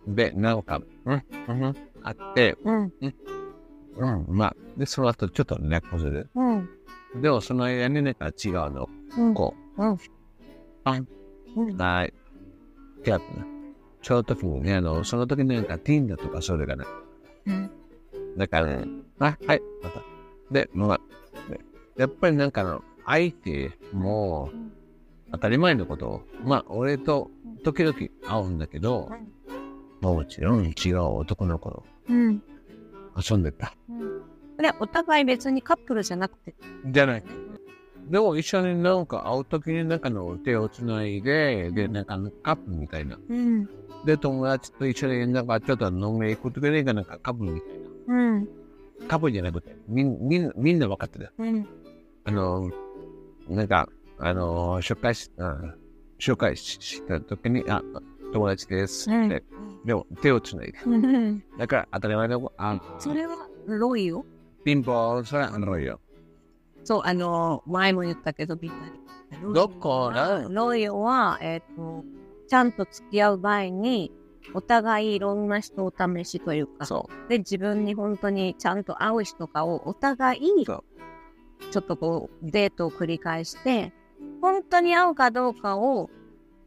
Speaker 2: で、なんか、うん、うん、あって、
Speaker 1: うん。
Speaker 2: うん、まあ、で、その後ちょっとね、これで、
Speaker 1: うん。
Speaker 2: でもその間になんか違うの、
Speaker 1: うん。
Speaker 2: こ
Speaker 1: うん。う
Speaker 2: う、
Speaker 1: ん。
Speaker 2: ない、キャップね。その時にね、あの、その時になんか Tinder とかそれがね、
Speaker 1: うん。
Speaker 2: だから、ね、あ、はい、また。で、まあ、でやっぱりなんかあの、相手も当たり前のことを、まあ、俺と時々会うんだけど、もちろん違う男の子と
Speaker 1: うん。
Speaker 2: 遊んでた。
Speaker 1: で、お互い別にカップルじゃなくて。
Speaker 2: じゃない。でも一緒になんか会う時になんかの手をつないで、で、なんかカップみたいな。
Speaker 1: うん。
Speaker 2: で、友達と一緒になんかちょっと飲みに行く時になんかカップみたい
Speaker 1: うん。
Speaker 2: な。カップじゃなくて、みんみんみんな分かってた。
Speaker 1: うん。
Speaker 2: あの、なんか、あの、紹介し、あ紹介しした時に、あ、友達ですって。
Speaker 1: うん
Speaker 2: でも手をつないで。
Speaker 1: うん。
Speaker 2: だから当たり前の、あ、
Speaker 1: それはロイよ。
Speaker 2: ピンポン、それはあのよ。
Speaker 1: そう、あの、前も言ったけど、みんなに。
Speaker 2: どこら
Speaker 1: ロイは、えっ、と、ちゃんと付き合う前に、お互いいろんな人を試しというか、
Speaker 2: そ
Speaker 1: で、自分に本当にちゃんと会う人かをお互いに、ち
Speaker 2: そ
Speaker 1: ょっとこう、デートを繰り返して、本当に会うかどうかを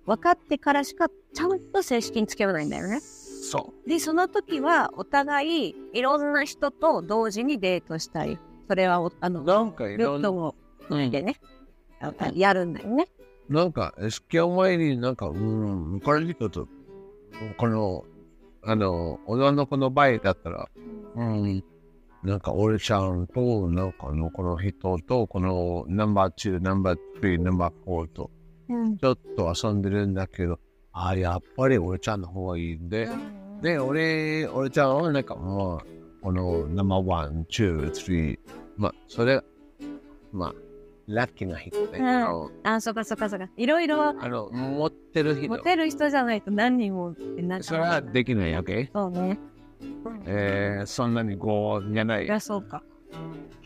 Speaker 1: 分かってからしか、ちゃんと正式に付き合わないんだよね。
Speaker 2: う。そう。
Speaker 1: で、その時は、お互い、いろんな人と同時にデートしたり、それはお、あの、
Speaker 2: なんかい
Speaker 1: ル
Speaker 2: ろ
Speaker 1: ット
Speaker 2: んな、
Speaker 1: を
Speaker 2: うん
Speaker 1: でね、あやるんだよね。
Speaker 2: なんか、付き合う前になんか、うん、これ人と、この、あの、女の子の場合だったら、うん、なんか俺ちゃんと、なんかあの、この人と、このナンバー2、ナンバー3、ナンバー4と、
Speaker 1: うん。
Speaker 2: ちょっと遊んでるんだけど、あ、やっぱり俺ちゃんの方がいいんで、で、俺、俺ちゃんはなんかもう、このナンバーワン、ツー、スリー、まあ、それ、まあ、ラッキーな人ね。
Speaker 1: うん
Speaker 2: あの
Speaker 1: あ、そっかそっかそっか。いろいろ、
Speaker 2: あの、持ってる人
Speaker 1: モ。テる人じゃないと何人もってなっ
Speaker 2: それはできないわけ
Speaker 1: そうね。
Speaker 2: えー、そんなにこうじゃない
Speaker 1: い。や、そうか。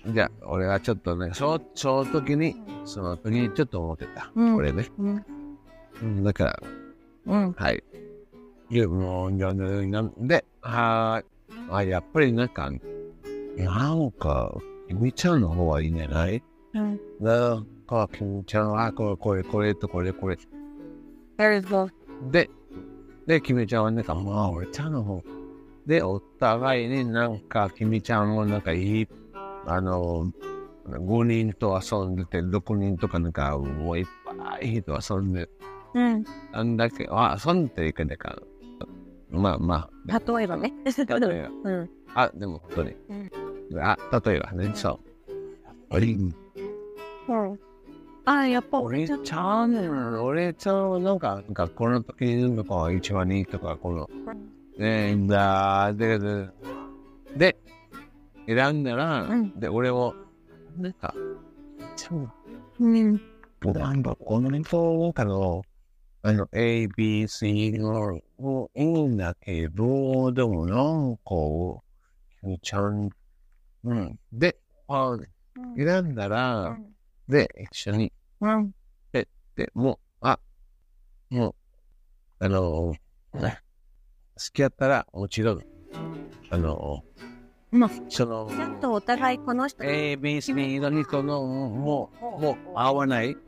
Speaker 2: じゃあ、俺はちょっとね、そその時に、その時にちょっと思ってた。
Speaker 1: うん
Speaker 2: 俺ね。
Speaker 1: うん。
Speaker 2: うんだから、
Speaker 1: うん。
Speaker 2: はい。いや、もう、なんで、なんで、はーい。あ、やっぱりなんか、なんか、君ちゃんの方はいいんじゃない
Speaker 1: うん。
Speaker 2: なんか、君ちゃんは、これ、これ、これと、これ、これ。
Speaker 1: そ
Speaker 2: で、で、君ちゃんはなんか、まあ、俺ちゃんの方。で、お互いになんか、君ちゃんもなんかいい、あの、5人と遊んでて、6人とかなんか、もういっぱい人遊んで、
Speaker 1: うん。
Speaker 2: あんだけ、あ、遊んでいくんだから。まあまあ。
Speaker 1: 例えばね。
Speaker 2: 例えば
Speaker 1: うん。
Speaker 2: あ、でも本当に
Speaker 1: う。
Speaker 2: あ、例えばね、そう。俺、
Speaker 1: うん。あ、やっぱ、
Speaker 2: 俺ちゃん、俺ちゃんはなんか、なんかこの時になんか一番いいとか、この、えー、だーで、で、で、選んだら、
Speaker 1: うん
Speaker 2: で、俺を、なんか、そう
Speaker 1: うん。
Speaker 2: なんだ、この人かの、あの、A, B, C の、をいいんだけど、でもなんか、ちゃん、うん。で、あ選んだら、で、一緒に、
Speaker 1: うん。
Speaker 2: で、もう、あ、もう、あの、ね付き合ったら、もちろん、あの、
Speaker 1: まあ、
Speaker 2: その
Speaker 1: ち、ょっとお互いこの人、
Speaker 2: A, B, C の人の、もう、もう、合わない。
Speaker 1: うん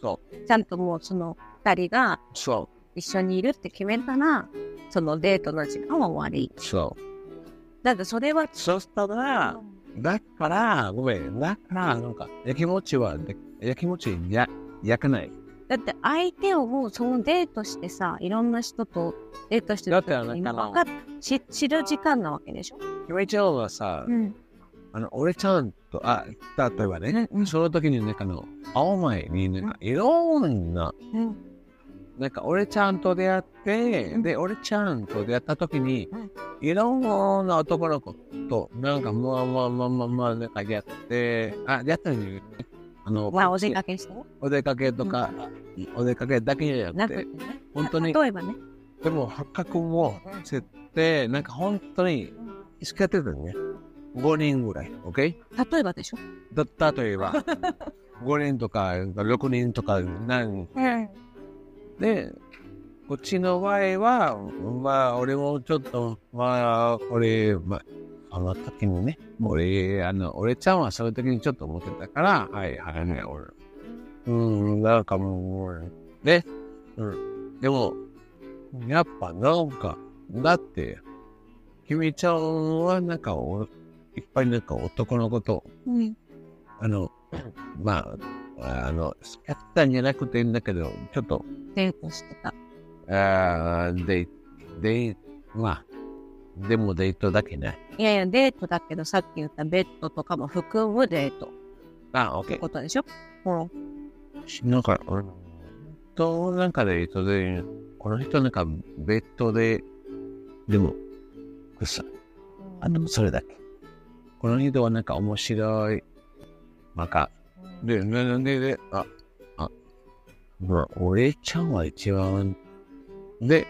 Speaker 2: そう、
Speaker 1: ちゃんともうその二人が
Speaker 2: そ
Speaker 1: 一緒にいるって決めたら、そのデートの時間は終わり。
Speaker 2: う、そう。
Speaker 1: だってそれは、
Speaker 2: そうしたら、だから、ごめん、だから、なんか、やきもちは、でやきもちや、焼かない。
Speaker 1: だって相手をもうそのデートしてさ、いろんな人とデートしてる時
Speaker 2: だってあ
Speaker 1: に今
Speaker 2: なたの
Speaker 1: 分かっ知知る時間なわけでしょ。
Speaker 2: ひめちゃんはさ、
Speaker 1: ん。
Speaker 2: あの、俺ちゃんと、あ、例えばね、
Speaker 1: うん
Speaker 2: その時に、なんかあの、青前に、なんか、いろんな、
Speaker 1: うん。
Speaker 2: なんか、俺ちゃんと出会って、
Speaker 1: うん
Speaker 2: で、俺ちゃんと出会った時に
Speaker 1: うん、
Speaker 2: いろんな男の子と、なんか、まあまあまあまあまあ、なんかやって、あ、やったのに、あの、
Speaker 1: まあ、お出かけして。
Speaker 2: お出かけとか、お出かけだけじゃ
Speaker 1: な
Speaker 2: なく
Speaker 1: くて
Speaker 2: て、
Speaker 1: ね。
Speaker 2: 本当に、
Speaker 1: 例えばね。
Speaker 2: でも、八角も設定、なんか本当に意識やってたのね。5人ぐらい、OK?
Speaker 1: 例えばでしょ。
Speaker 2: だったといえば、5人とか6人とか何
Speaker 1: うん。
Speaker 2: で、こっちの場合は、まあ、俺もちょっと、まあ、俺、まあ、あの時にね、俺、あの、俺ちゃんはそういう時にちょっと思ってたから、はいはいね、俺。うん、なんかもう、ね、うん。でも、やっぱなんか、だって、君ちゃんはなんかお、いっぱいなんか男の子と、
Speaker 1: うん。
Speaker 2: あの、まあ、あの、付き合ったんじゃなくていいんだけど、ちょっと、
Speaker 1: デートしてた。
Speaker 2: あーで、で、まあ、でもデートだけね。
Speaker 1: いやいや、デートだけど、さっき言ったベッドとかも含むデートっ
Speaker 2: あ、オッケ
Speaker 1: てことでしょ。うん。
Speaker 2: ー。なんか、うん、と、なんかデートで、この人なんかベッドで、でも、くさ、あとそれだけ。この人はなんか面白い、なんか、で、な、なんで、で、あ、あ、ほら、俺ちゃんは一番、で、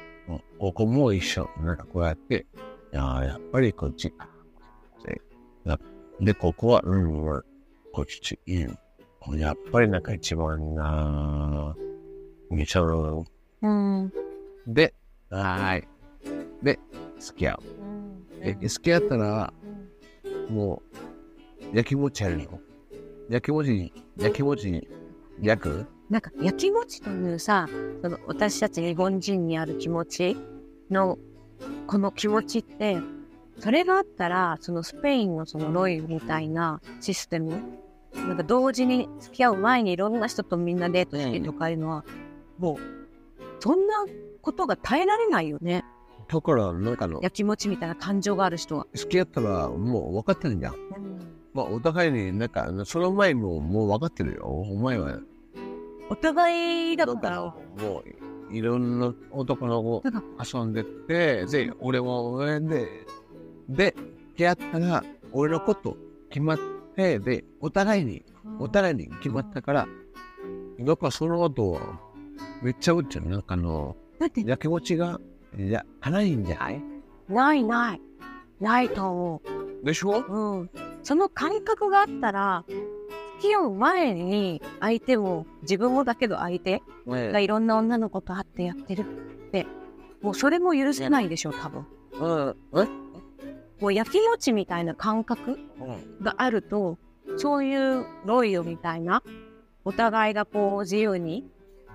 Speaker 2: ここも一緒。なんかこうやって、いやー、やっぱりこっち。で、なでここは、うん、うんこっち、うん。やっぱりなんか一番なー、めちゃう。
Speaker 1: うん。
Speaker 2: で、はーい。で、付き合う。え、
Speaker 1: うん
Speaker 2: 付き合ったら、もう、焼きもちやるの焼きもちに、焼きもちに、焼く
Speaker 1: なんか、やきもちというさ、その私たち日本人にある気持ちの、この気持ちって、それがあったら、そのスペインのそのロイみたいなシステム、なんか同時に付き合う前にいろんな人とみんなデートしてとかいうのは、もう、そんなことが耐えられないよね。
Speaker 2: だから、なんかあの、
Speaker 1: やきもちみたいな感情がある人は。
Speaker 2: 付き合ったらもう分かってるじゃん。まあ、お互いになんか、その前ももう分かってるよ。お前は。
Speaker 1: お互いだ
Speaker 2: だ
Speaker 1: か
Speaker 2: から
Speaker 1: ら、
Speaker 2: もう、いろんな男の子
Speaker 1: だか
Speaker 2: 遊んでて、で、俺も俺で、で、付き合ったら、俺のこと決まって、で、お互いに、お互いに決まったから、なんかその後は、めっちゃうっちゃう。なんかあの、
Speaker 1: だって、
Speaker 2: やきもちが、いや、ないんじゃない
Speaker 1: ないない。ないと思う。
Speaker 2: でしょ
Speaker 1: うん、その感覚があったら付き合う前に相手も自分もだけど相手がいろんな女の子と会ってやってるってもうそれも許せないでしょ多分
Speaker 2: うん。え
Speaker 1: もうやきもちみたいな感覚
Speaker 2: うん。
Speaker 1: があるとそういうロイドみたいなお互いがこう自由に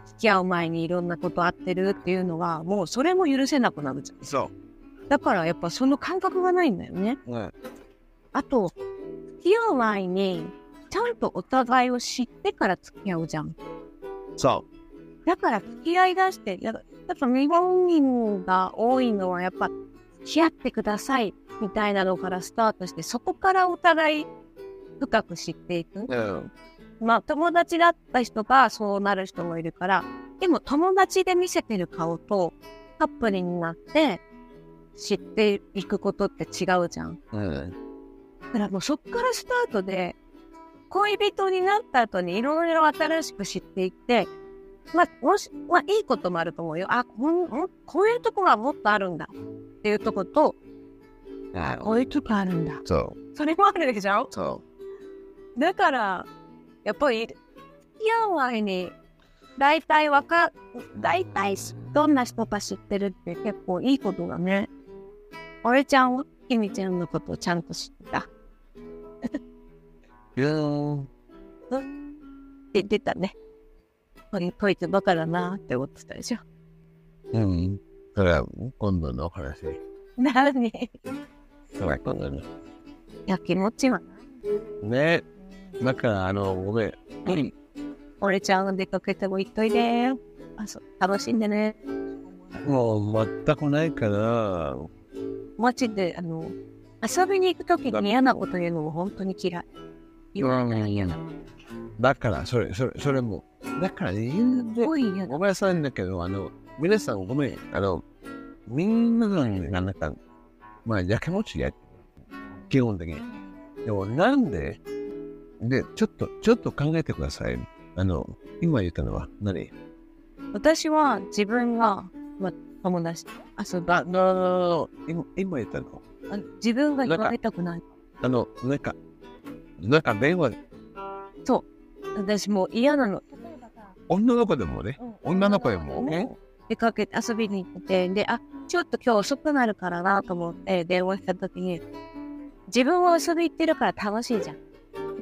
Speaker 1: 付き合う前にいろんなこと会ってるっていうのはもうそれも許せなくなるじゃん
Speaker 2: そ
Speaker 1: だからやっぱその感覚がないんだよね
Speaker 2: う。うん。
Speaker 1: あと、付き合う前に、ちゃんとお互いを知ってから付き合うじゃん。
Speaker 2: そう。
Speaker 1: だから付き合い出して、やっぱ日本人が多いのは、やっぱ付き合ってくださいみたいなのからスタートして、そこからお互い深く知っていく。
Speaker 2: うん
Speaker 1: まあ友達だった人がそうなる人もいるから、でも友達で見せてる顔とカップルになって知っていくことって違うじゃん。
Speaker 2: うん。
Speaker 1: からもうそっからスタートで、恋人になった後にいろいろ新しく知っていって、まあ、もし、まあ、いいこともあると思うよ。あ、こんんこういうとこがもっとあるんだっていうとこと、あ、こういうとこあるんだ。
Speaker 2: そ
Speaker 1: それもあるでしょ
Speaker 2: う。そ
Speaker 1: だから、やっぱり、付き合う前に、大体わか、大体しどんな人か知ってるって結構いいことだね。俺ちゃんは、きみちゃんのことをちゃんと知ってた。
Speaker 2: う。いやー
Speaker 1: って言ってたね。これこいつバカだなって思ってたでしょ。
Speaker 2: うん。それは今度のお話。
Speaker 1: 何い
Speaker 2: それは今度の。
Speaker 1: や、気持ちはない。
Speaker 2: ねだから、あの、ごめん。
Speaker 1: 俺ちゃんが出かけても行っといでよ。あ、そう、楽しんでね。
Speaker 2: もう全くないから、
Speaker 1: 街で、あの、遊びに行くときに嫌なこと言うのも本当に嫌い。言わない嫌な。
Speaker 2: だから、それ、それ、それも、だから、ね、
Speaker 1: すごい嫌な。
Speaker 2: ごめんなさいんだけど、あの、皆さんごめん、あの、みんながなんか、まあ、やきもちや、基本的に。でも、なんで、で、ちょっと、ちょっと考えてください。あの、今言ったのは何、
Speaker 1: 私は自分が、ま、友達と遊ぶ。
Speaker 2: あ、なの今今言ったの
Speaker 1: あ自分が言われたくない。
Speaker 2: あの、なんか、なんか電話、
Speaker 1: 私もう嫌なの。
Speaker 2: 女の子でもね、女の子でも、
Speaker 1: 出かけて遊びに行ってて、で、あ、ちょっと今日遅くなるからなと思って電話した時に、自分は遊び行ってるから楽しいじゃん。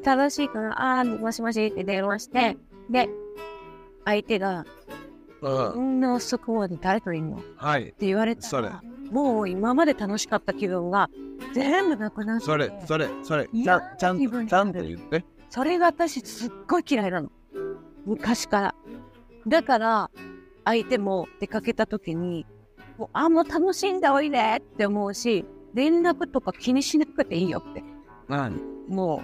Speaker 1: 楽しいから、あー、もしもしって電話して、で、相手が、
Speaker 2: うん
Speaker 1: こんな遅くまで誰といんのって
Speaker 2: はい、
Speaker 1: 言われ
Speaker 2: そ
Speaker 1: た
Speaker 2: れ
Speaker 1: ら、もう今まで楽しかった気分が全部なくなって、
Speaker 2: それ、それ、それ、
Speaker 1: い
Speaker 2: ちゃ
Speaker 1: や
Speaker 2: ん、ちゃん
Speaker 1: 気分
Speaker 2: と、
Speaker 1: に
Speaker 2: ちゃんと言って。
Speaker 1: それが私すっごい嫌いなの。昔から。だから、相手も出かけた時に、もう、あ、もう楽しんだおいでって思うし、連絡とか気にしなくていいよって。
Speaker 2: 何
Speaker 1: も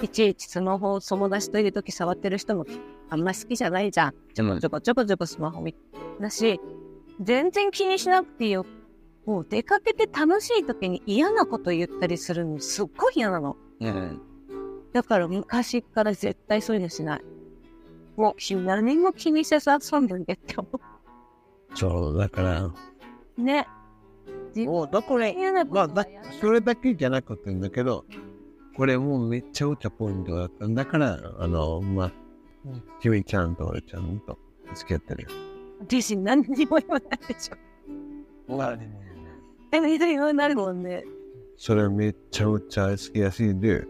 Speaker 1: う、いちいちスマホを友達といる時触ってる人もあんま好きじゃないじゃん。
Speaker 2: ちょ
Speaker 1: ちょこちょこちょこスマホ見だし、全然気にしなくていいよ。もう出かけて楽しい時に嫌なこと言ったりするのすっごい嫌なの。
Speaker 2: うん。
Speaker 1: だから昔から絶対そういうのしない。もう君何も気にせず遊んでんでって思
Speaker 2: そう、だから、
Speaker 1: う。ね。
Speaker 2: もうどこで、
Speaker 1: 嫌なこ
Speaker 2: まあ、
Speaker 1: とは
Speaker 2: だ
Speaker 1: や
Speaker 2: それだけじゃなかったんだけど、これもうめっちゃお茶ポイントだった。だから、あの、まあ、キミちゃんと俺ちゃんと付き合ってる。
Speaker 1: 私何にも言わないでしょ。
Speaker 2: まあ、
Speaker 1: え、何言わないもんね。
Speaker 2: それめっちゃお茶好きやし、で、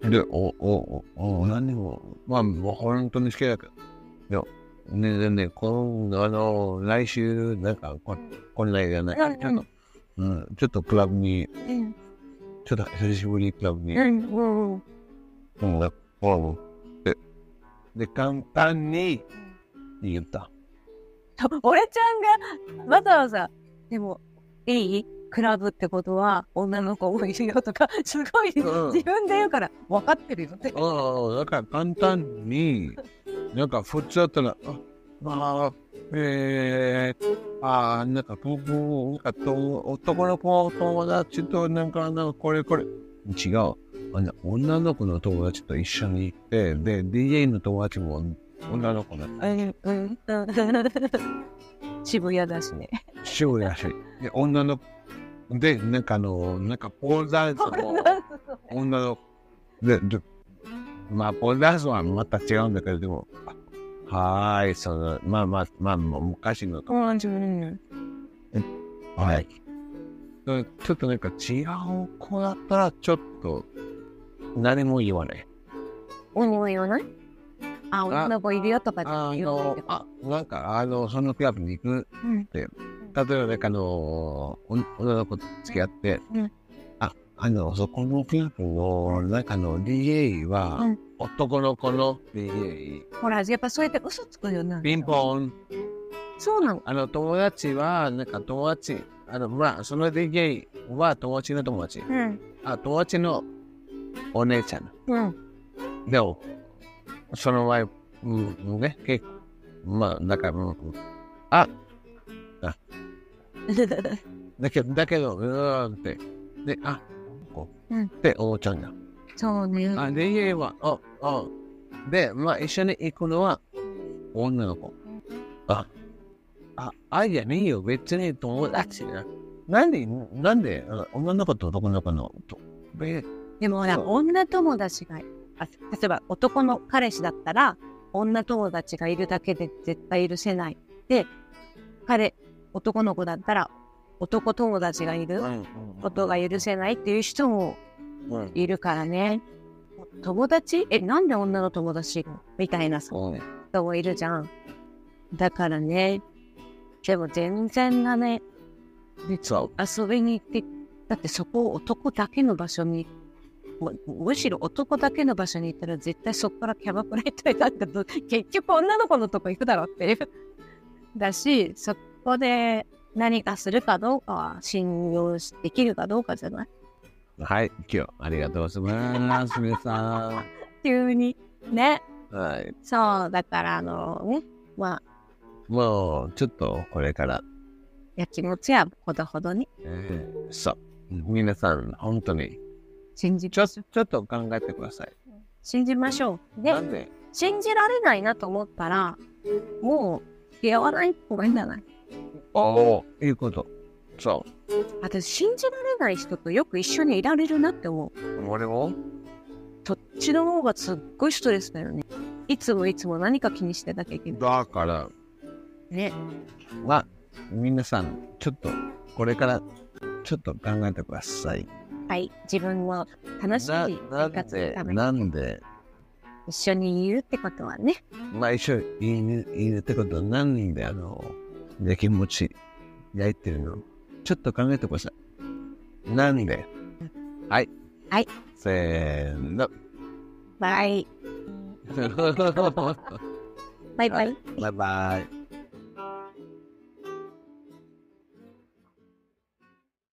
Speaker 2: で、お、お、お、お、何も、まあ、もう本当に好きだけど、で、ね、でね、今度、あの、来週、なんか、こ、こんないじゃな
Speaker 1: うんうん
Speaker 2: い、ちょっと、うん、ちょっとクラブに、
Speaker 1: うん。
Speaker 2: ちょっと久しぶりにクラブに
Speaker 1: う、ん。うん。うん。
Speaker 2: うん、だで、で、簡単に言った。
Speaker 1: 俺ちゃんがわざわざ、でも、いいクラブってことは女の子多いよとか、すごい、
Speaker 2: うん
Speaker 1: 自分で言うから分かってるよって。
Speaker 2: うん、だから簡単に、なんか普通だったら、あ、まあ、えー、あー、なんか僕、なんかと男の子友達と、なんか、なんかこれこれ。違う。あの、女の子の友達と一緒に行って、で、DJ の友達も女の子だった。
Speaker 1: うん。うん。うん渋谷だしね。
Speaker 2: 塩やし。で、女の子、で、なんかあの、なんかポールダンスも。女の子ででまあポンダンスはまた違うんだけどでもあはーいそのまあまあまあもう昔のと
Speaker 1: うん。うん。
Speaker 2: はいでちょっとなんか違う子だったらちょっと何も言わない
Speaker 1: 何も言わないあ、女の子いるよとか
Speaker 2: あ
Speaker 1: 言わない
Speaker 2: の
Speaker 1: けど
Speaker 2: あなんかあのそのクラブに行く
Speaker 1: うん
Speaker 2: 例えばなんかあのお女の子と付き合って、
Speaker 1: うん
Speaker 2: ああのそこのクラブの中の DJ は、
Speaker 1: うん
Speaker 2: 男の子の DJ
Speaker 1: ほら、やっぱそうやって嘘つくよな。
Speaker 2: ピンポン
Speaker 1: そうなの。
Speaker 2: あの友達は、なんか友達、あの、まあ、その DJ は友達の友達。
Speaker 1: うん。
Speaker 2: あ、友達のお姉ちゃん。
Speaker 1: うん。 (laughs)
Speaker 2: でも、その前、うん、ね、結構、まあ、なんか、うん、うんあ、だけど、だけど、うーんって。で、あ、こう、
Speaker 1: うん
Speaker 2: って思っちゃうんだ。
Speaker 1: そうね。
Speaker 2: あで、家は、あ、あ、で、まあ、一緒に行くのは女の子。あ、あ、あじゃねえよ、別に友達な。なんで、なんで、あ女の子と男の子の、と、べ、
Speaker 1: でもほら、
Speaker 2: そう
Speaker 1: 女友達が、あ例えば男の彼氏だったら、女友達がいるだけで絶対許せない。で、彼、男の子だったら、男友達がいることが許せないっていう人も
Speaker 2: うん
Speaker 1: いるからね。友達え、なんで女の友達みたいな人
Speaker 2: うん
Speaker 1: もいるじゃん。だからね。でも全然だね。
Speaker 2: そう。
Speaker 1: 遊びに行って、だってそこを男だけの場所に、むむしろ男だけの場所に行ったら絶対そこからキャバクラ行ったりだってど結局女の子のとこ行くだろっていう。だし、そこで何かするかどうかは信用できるかどうかじゃない
Speaker 2: はい、今日、ありがとうございます、皆さ
Speaker 1: 急に。ね。
Speaker 2: ん。はい。
Speaker 1: そう、だからあのね、まあ、
Speaker 2: もう、ちょっと、これから、
Speaker 1: やきもちはほどほどに
Speaker 2: えー、そう。皆さん、本当に、
Speaker 1: 信じ
Speaker 2: ちょ、
Speaker 1: ま
Speaker 2: ち
Speaker 1: し
Speaker 2: ょ
Speaker 1: ょ
Speaker 2: っと考えてください。
Speaker 1: う。信じましょう。で
Speaker 2: な、んで、
Speaker 1: 信じられないなと思ったら、もう、付き合わない方がいいんじゃない
Speaker 2: おお、いうこと。そ
Speaker 1: 私、信じられない人とよく一緒にいられるなって思う。
Speaker 2: う。俺も
Speaker 1: どっちの方がすっごいストレスだよね。いつもいつも何か気にしてなきゃいけない。
Speaker 2: だから、
Speaker 1: ね。
Speaker 2: まあ、皆さん、ちょっと、これから、ちょっと考えてください。
Speaker 1: はい。自分の楽しい
Speaker 2: なな
Speaker 1: 生
Speaker 2: ん
Speaker 1: 活の
Speaker 2: で、
Speaker 1: ために
Speaker 2: なんで、
Speaker 1: 一緒にいるってことはね。
Speaker 2: 毎週、いる、いるってことは、なんで、あの、やきもち、焼いてるのちょっと考えてください。なんではい。
Speaker 1: はい。
Speaker 2: せーの。
Speaker 1: バイ。バイバイ。
Speaker 2: バイバイ。